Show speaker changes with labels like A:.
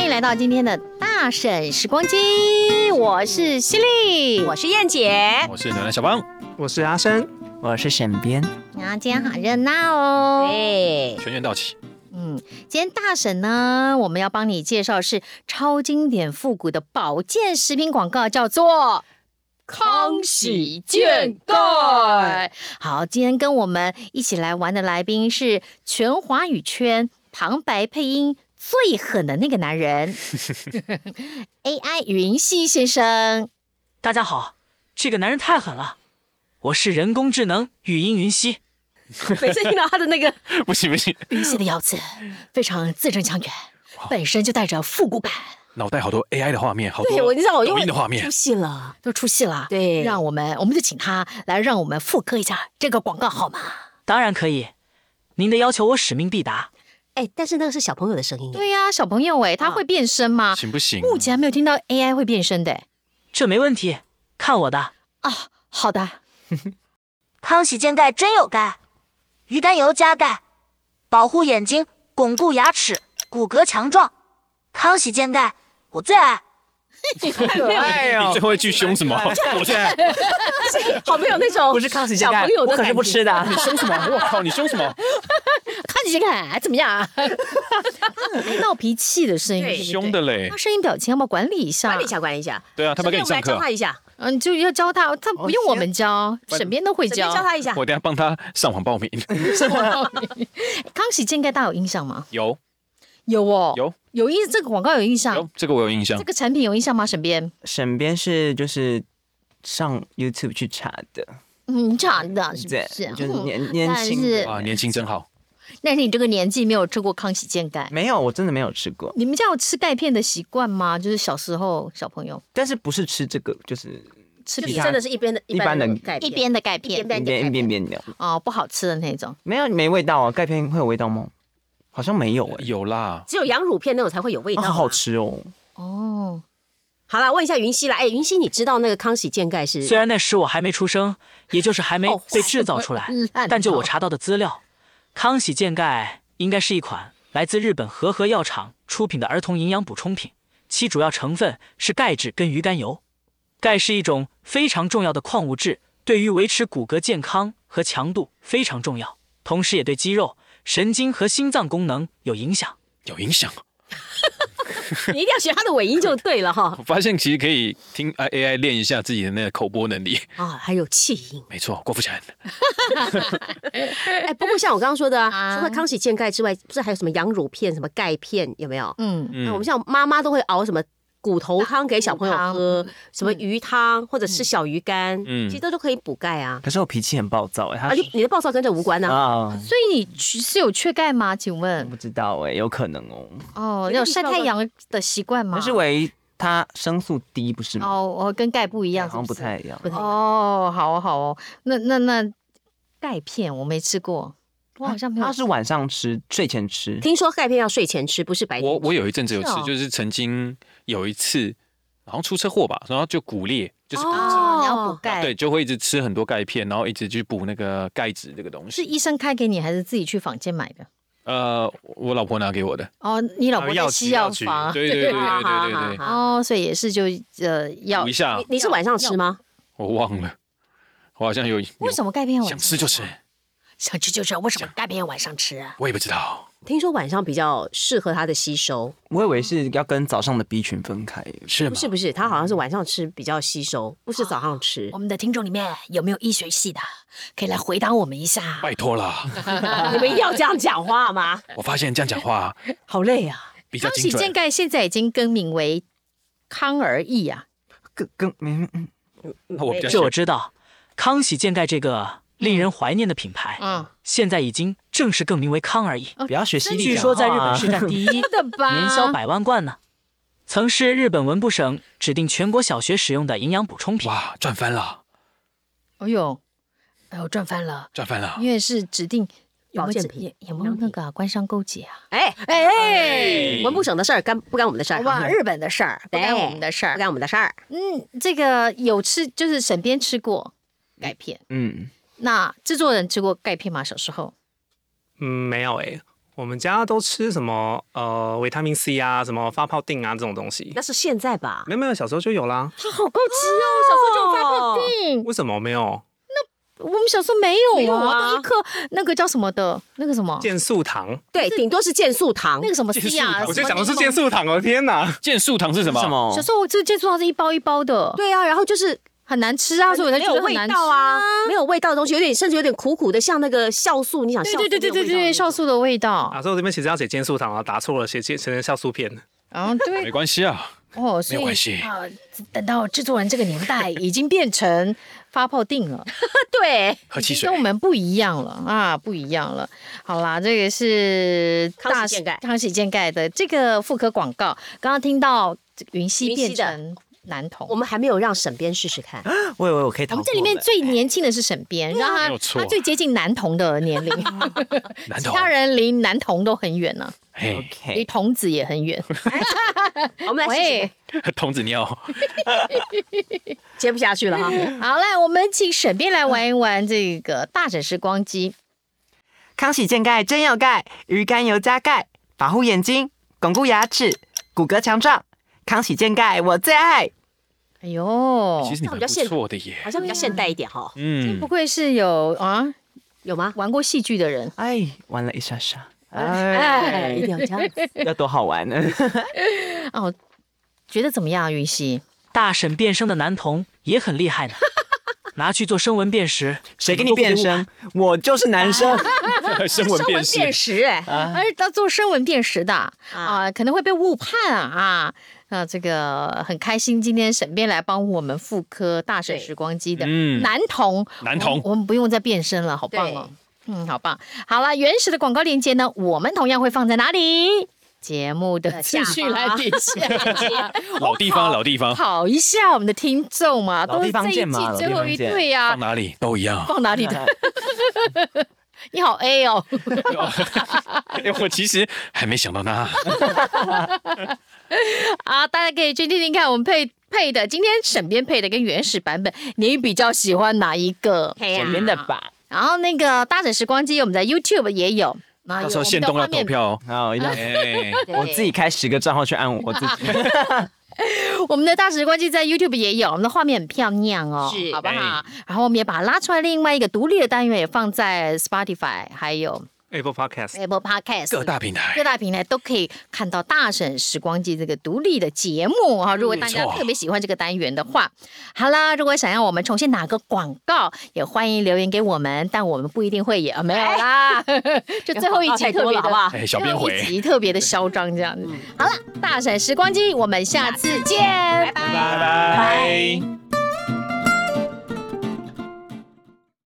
A: 迎来到今天的大婶时光机，我是犀利，
B: 我是燕姐，
C: 我是暖暖小帮，
D: 我是阿生，
E: 我是沈编，
A: 啊，今天好热闹哦。
B: 哎，
C: 全员到齐。
A: 嗯，今天大婶呢，我们要帮你介绍是超经典复古的保健食品广告，叫做。
B: 康喜健钙。
A: 好，今天跟我们一起来玩的来宾是全华语圈旁白配音最狠的那个男 人，AI 云溪先生。
E: 大家好，这个男人太狠了，我是人工智能语音云溪，
B: 每次听到他的 那个，
C: 不行不行，
A: 云溪的咬字非常字正腔圆， 本身就带着复古感，
C: 脑袋好多 AI 的画面，好多
B: 对我你知道我
C: 抖
B: 用
C: 音的画面
B: 出，戏了，
A: 都出戏了。
B: 对
A: 让我们我们就请他来让我们复刻一下这个广告好吗？
E: 当然可以，您的要求我使命必达。
B: 哎，但是那个是小朋友的声音，
A: 对呀、小朋友哎，他会变身吗？
C: 行不行？
A: 目前还没有听到 AI 会变身的哎
E: 这没问题，看我的。
A: 啊。好的，
F: 康喜健钙真有钙，鱼肝油加钙，保护眼睛，巩固牙齿，骨骼强壮。康喜健钙，我最爱。
E: 哎
C: 你最后一句凶什么？啊 我最爱
B: 好朋友那种，
E: 不是康喜健
B: 小
E: 钙
B: 朋友，的
E: 我可是不
B: 感觉
E: 吃的。啊
C: 凶什么？ 我靠，你凶什么？
A: 看起来怎么样 啊？闹脾气的声音，对
B: 对
A: 不对
C: 凶的嘞
A: 他！声音表情要不要管理一下？
B: 管理一，下，管理一下，
C: 对啊，他们跟你上
B: 顺便我们来教
C: 课
B: 他，一下，
A: 嗯，就要教他，
C: 哦
A: 他不用我们教，沈编都会
B: 随便
A: 教。
B: 教他一下，
C: 我等下帮他上网报名。
A: 康喜健钙大家有印象吗？
C: 有
A: 有哦，
C: 有
A: 有印这个广告有印象
C: 有，，这个我有印象
A: 啊这。个产品有印象吗？沈编，
E: 沈编是就是上 YouTube 去查的，
A: 嗯，假的，是不
E: 对
A: 是？
E: 就是
A: 嗯
E: 年年
A: 但
E: 轻
A: 是
E: 的
C: 哇，年轻真好！
A: 但是你这个年纪没有吃过康喜健钙，
E: 没有，我真的没有吃过，
A: 你们家有吃钙片的习惯吗？就是小时候小朋友
E: 但是不是吃这个，就是
A: 吃
B: 就是
A: 比
E: 你看
B: 真的是一边的
E: 一般的
B: 那种钙片
A: 一边的钙片
B: 一边
E: 一
B: 的
E: 边
B: 钙
E: 一
B: 片
E: 边边的，
A: 哦，不好吃的那种。
E: 没有没味道啊，钙片会有味道吗？好像没有哎、
C: 有啦，
B: 只有羊乳片那种才会有味道、
E: 啊好好。吃哦。
A: 哦，
B: 好了，问一下云溪啦，哎，云溪，你知道那个康喜健钙是？
G: 虽然那时我还没出生，也就是还没
B: 哦
G: 被制造出来，
A: 嗯烂
G: 但就我
A: 透
G: 查到的资料，康喜健钙应该是一款来自日本和和药厂出品的儿童营养补充品，其主要成分是钙质跟鱼肝油。钙是一种非常重要的矿物质，对于维持骨骼健康和强度非常重要，同时也对肌肉、神经和心脏功能有影响。
C: 有影响。
B: 你一定要学他的尾音就对了 哈。
C: 我发现其实可以听 AI 练一下自己的那个口播能力。
B: 啊，还有气 音。
C: 没错，郭富城。
B: 哎，不过像我刚刚说的
A: 啊
B: 啊，除了康喜健钙之外，不是还有什么羊乳片、什么钙片，有没有？
A: 嗯，
B: 那我们
C: 嗯，
B: 像妈妈都会熬什么骨头汤给小朋友喝，什么
A: 嗯
B: 鱼汤或者吃小鱼干，
C: 嗯啊
B: 其实都都可以补钙啊。
E: 可是我脾气很暴躁哎、
B: 而且
E: 他
B: 啊你的暴躁跟这无关呢。
E: 啊，
A: 所以你去是有缺钙吗？请问
E: 不知道哎、有可能哦。
A: 哦，
B: 你
A: 有
B: 必须
A: 晒
B: 要
A: 太
B: 问
A: 阳的习惯吗？
E: 但是维他生素低不是吗？
A: 哦，我跟钙不一样，
E: 好像
A: 是
E: 不
A: 是
E: 太一样
B: 不。太一样
A: 哦，好哦，好哦，那那那钙片我没吃过，我好像没有
E: 他。是晚上吃，睡前吃。
B: 听说钙片要睡前吃，不是白
C: 我
B: 天。
C: 我有一阵子有吃
A: 哎是哦，
C: 就是曾经有一次，好像出车祸吧，然后就骨裂，就是骨折。
A: 哦，你要补钙，
C: 对，，就会一直吃很多钙片，然后一直去补那个钙质这个东
A: 是
C: 西。
A: 医生开给你，还是自己去坊间买的？
C: 呃，我老婆拿给我的，
A: 哦，你老
C: 啊
A: 婆在
C: 药
A: 西
C: 局
A: 药
C: 药局
A: 房
C: 对对对对对对对，
B: 好
A: 哦，所以也是就呃要
C: 补一下
B: 你，你是晚上吃吗？
C: 我忘了，我好像有
A: 为什么钙片
C: 有
A: 晚
C: 想
A: 上
C: 吃就吃，
A: 想吃就吃，为什么钙片晚上吃啊？
C: 我也不知道，
B: 听说晚上比较适合它的吸收，
E: 我以为是要跟早上的 B 群分开，
C: 是
B: 不
C: 吗？嗯
B: 是不是，它好像是晚上吃比较吸收，不是早上吃
A: 我。们的听众里面有没有医学系的，可以来回答我们一下？
C: 拜托啦，
B: 你们一定要这样讲话吗？
C: 我发现这样讲话
B: 好累啊！
C: 比较
A: 康
C: 精
A: 喜健
C: 准。
A: 钙现在已经更名为康而益啊，
E: 跟跟没嗯
C: 那我比较
G: 这我
C: 喜
G: 知道，康喜健钙这个令人怀念的品牌，
A: 嗯，
G: 现在已经正式更名为康而已。
B: 哦
E: 不要学习力
G: 据
E: 讲
G: 说在日
E: 话啊
G: 本 市占第一，
A: 的吧
G: 年销百万罐呢。曾是日本文部省指定全国小学使用的营养补充品。
C: 哇，赚翻了，
A: 哎呦，哎呦，赚翻了，
C: 赚翻了！
A: 因为是指定有没有
B: 保健
A: 指
B: 品
A: 有有没有那个啊官商勾结啊？
B: 哎，
A: 哎
C: 哎
B: 文部省的事儿干不干我们的事儿？
A: 好吧，日本的事儿不干
B: 对
A: 我们的事
B: 不
A: 儿。
B: 干我们的事儿。
A: 嗯，这个有吃，就是沈边吃过钙片。
E: 嗯
A: 那制作人吃过钙片吗？小时候
D: 嗯，没有哎、我们家都吃什么呃维他命 C 啊，什么发泡定啊这种东西。
B: 那是现在吧？
D: 没有没有，小时候就有啦。
A: 他好高级哦，我小时候就有发泡定，
D: 为什么没有？
A: 我们小时候没有
B: 没有
A: 啊，
B: 啊
A: 都一颗那个叫什么的，那个什么，
D: 健素糖，
B: 对，顶多是健素糖
A: 那。个什么 C 啊，
D: 我
A: 什
D: 就
A: 么
D: 想的是
A: 柠檬
D: 健素糖，我的天哪！
C: 健素糖是什么？
E: 什么
A: 小？时候我就接触到是一包一包的，
B: 对啊，然后就是
A: 很难吃啊，所以我才
B: 没
A: 觉
B: 有
A: 得很
B: 味
A: 难吃
B: 道啊，没有味道的东西，有点甚至有点苦苦的，像那个酵素。你想酵
A: 对
B: 素
A: 对对对对
B: 那种味道
A: 对，
B: 那种
A: 酵素的味道
D: 啊，，所以我这边其实要写健素糖啊，打错了，写健写成酵素片。
A: 然后对
C: 没关系啊，
A: 哦，所
C: 没有关
A: 以
C: 系
A: 啊，等到制作人这个年 代，已经变成发泡定了。
B: 对，
C: 喝
A: 已
C: 汽
A: 经
C: 水
A: 跟。我们不一样了啊，不一样了。好啦，这个是
B: 康喜
A: 大
B: 健盖
A: 康喜健盖的这个妇科广告。刚刚听到云溪
B: 云
A: 变
B: 溪的
A: 成男童，
B: 我们还没有让沈编试试 看。
E: 我以为我可
A: 我
E: 以逃
A: 们
E: 过
A: 这里面
E: 了
A: 最年轻的是沈编，让
C: 哎没
A: 他
C: 有错
A: 他最接近男童的年 龄，
C: 男
A: 其
C: 童，哎
A: 他人离男童都很远呢、
C: 嘿，
A: 离
E: OK，
A: 童子也很 远。
B: 我们来试试
A: 喂
B: 看，，
C: 童子尿，
B: 接不下去 了哈。
A: 好嘞，我们请沈编来玩一玩这个大婶时光机。
H: 康喜健钙真有钙，鱼肝油加钙，保护眼睛，巩固牙齿，骨骼强壮。康喜健钙我最爱。
A: 哎呦
C: 其，实你
B: 这样
C: 们
B: 比较
C: 不
B: 现
C: 错的耶。
B: 好像比较现代一点哈，
C: 嗯
A: 不，愧是有啊
B: 有吗？
A: 玩过戏剧的人。
H: 哎，玩了一莎莎，
B: 哎，
H: 哎
B: 一，定要这 样子。
H: 要多好玩呢！
A: 哦，觉得怎么样，云溪？
E: 大婶变声的男童也很厉 害呢，拿去做声纹辨识，
H: 谁给你变声？我就是男生。
C: 声纹辨识，
B: 识哎，
A: 而他做声纹辨识的啊、可能会被误判啊啊。那、这个很开心，今天沈编来帮我们复刻大婶
B: 对
A: 时光机的
C: 嗯
A: 男童，
C: 男童
A: 我们我们不用再变身了，好棒哦
B: 对！
A: 嗯，好棒。好了，原始的广告链接呢，我们同样会放在哪里？节目的资讯
B: 下
A: 来
B: 方
A: 底 下，
C: 老地方，老地方，
A: 考一下我们的听众嘛，
H: 老
A: 都是
H: 地方
A: 这一
H: 见嘛
A: 季
H: 老
A: 最
H: 地
A: 后
H: 方
A: 一
H: 见
A: 对呀、
C: 放哪里都一样。
A: 放哪里的？ 你好 A 哦。
C: 哎，我其实还没想到呢。
A: 哎啊，大家可以去听听看我们配配的，今天沈编配的跟原始版本，你比较喜欢哪一个？
H: 沈编的吧，
A: 然后那个大婶时光机，我们在 YouTube 也有，那
C: 到
A: 有
C: 时候限动要投。票哦。
H: 好，一定要。
C: 哎，
A: 我
H: 我
A: 们的画面对
H: 自己开十个账号去按我自己。
A: 我们的大婶时光机在 YouTube 也有，我们的画面很漂亮哦，
B: 是
A: 好不好
C: 哎？
A: 然后我们也把它拉出来，另外一个独立的单元也放在 Spotify 还有
D: Apple Podcast，
A: Apple Podcast
C: 各大平
A: 各
C: 台，
A: 大平台都可以看到《大婶时光机》这个独立的节目啊。如果大家
C: 嗯没错
A: 特别喜欢这个单元的话，好啦，如果想要我们重现哪个广告，也欢迎留言给我们，但我们不一定会也、啊没有啦， 就最后一集
B: 太
A: 特
B: 多
A: 别的
B: 了，好不好？
C: 哎，小编
A: 最后 一
C: 回，嗯
A: 集特别的嚣张这样子。好了，《大婶时光机》，我们下次见，拜拜。
C: 拜拜。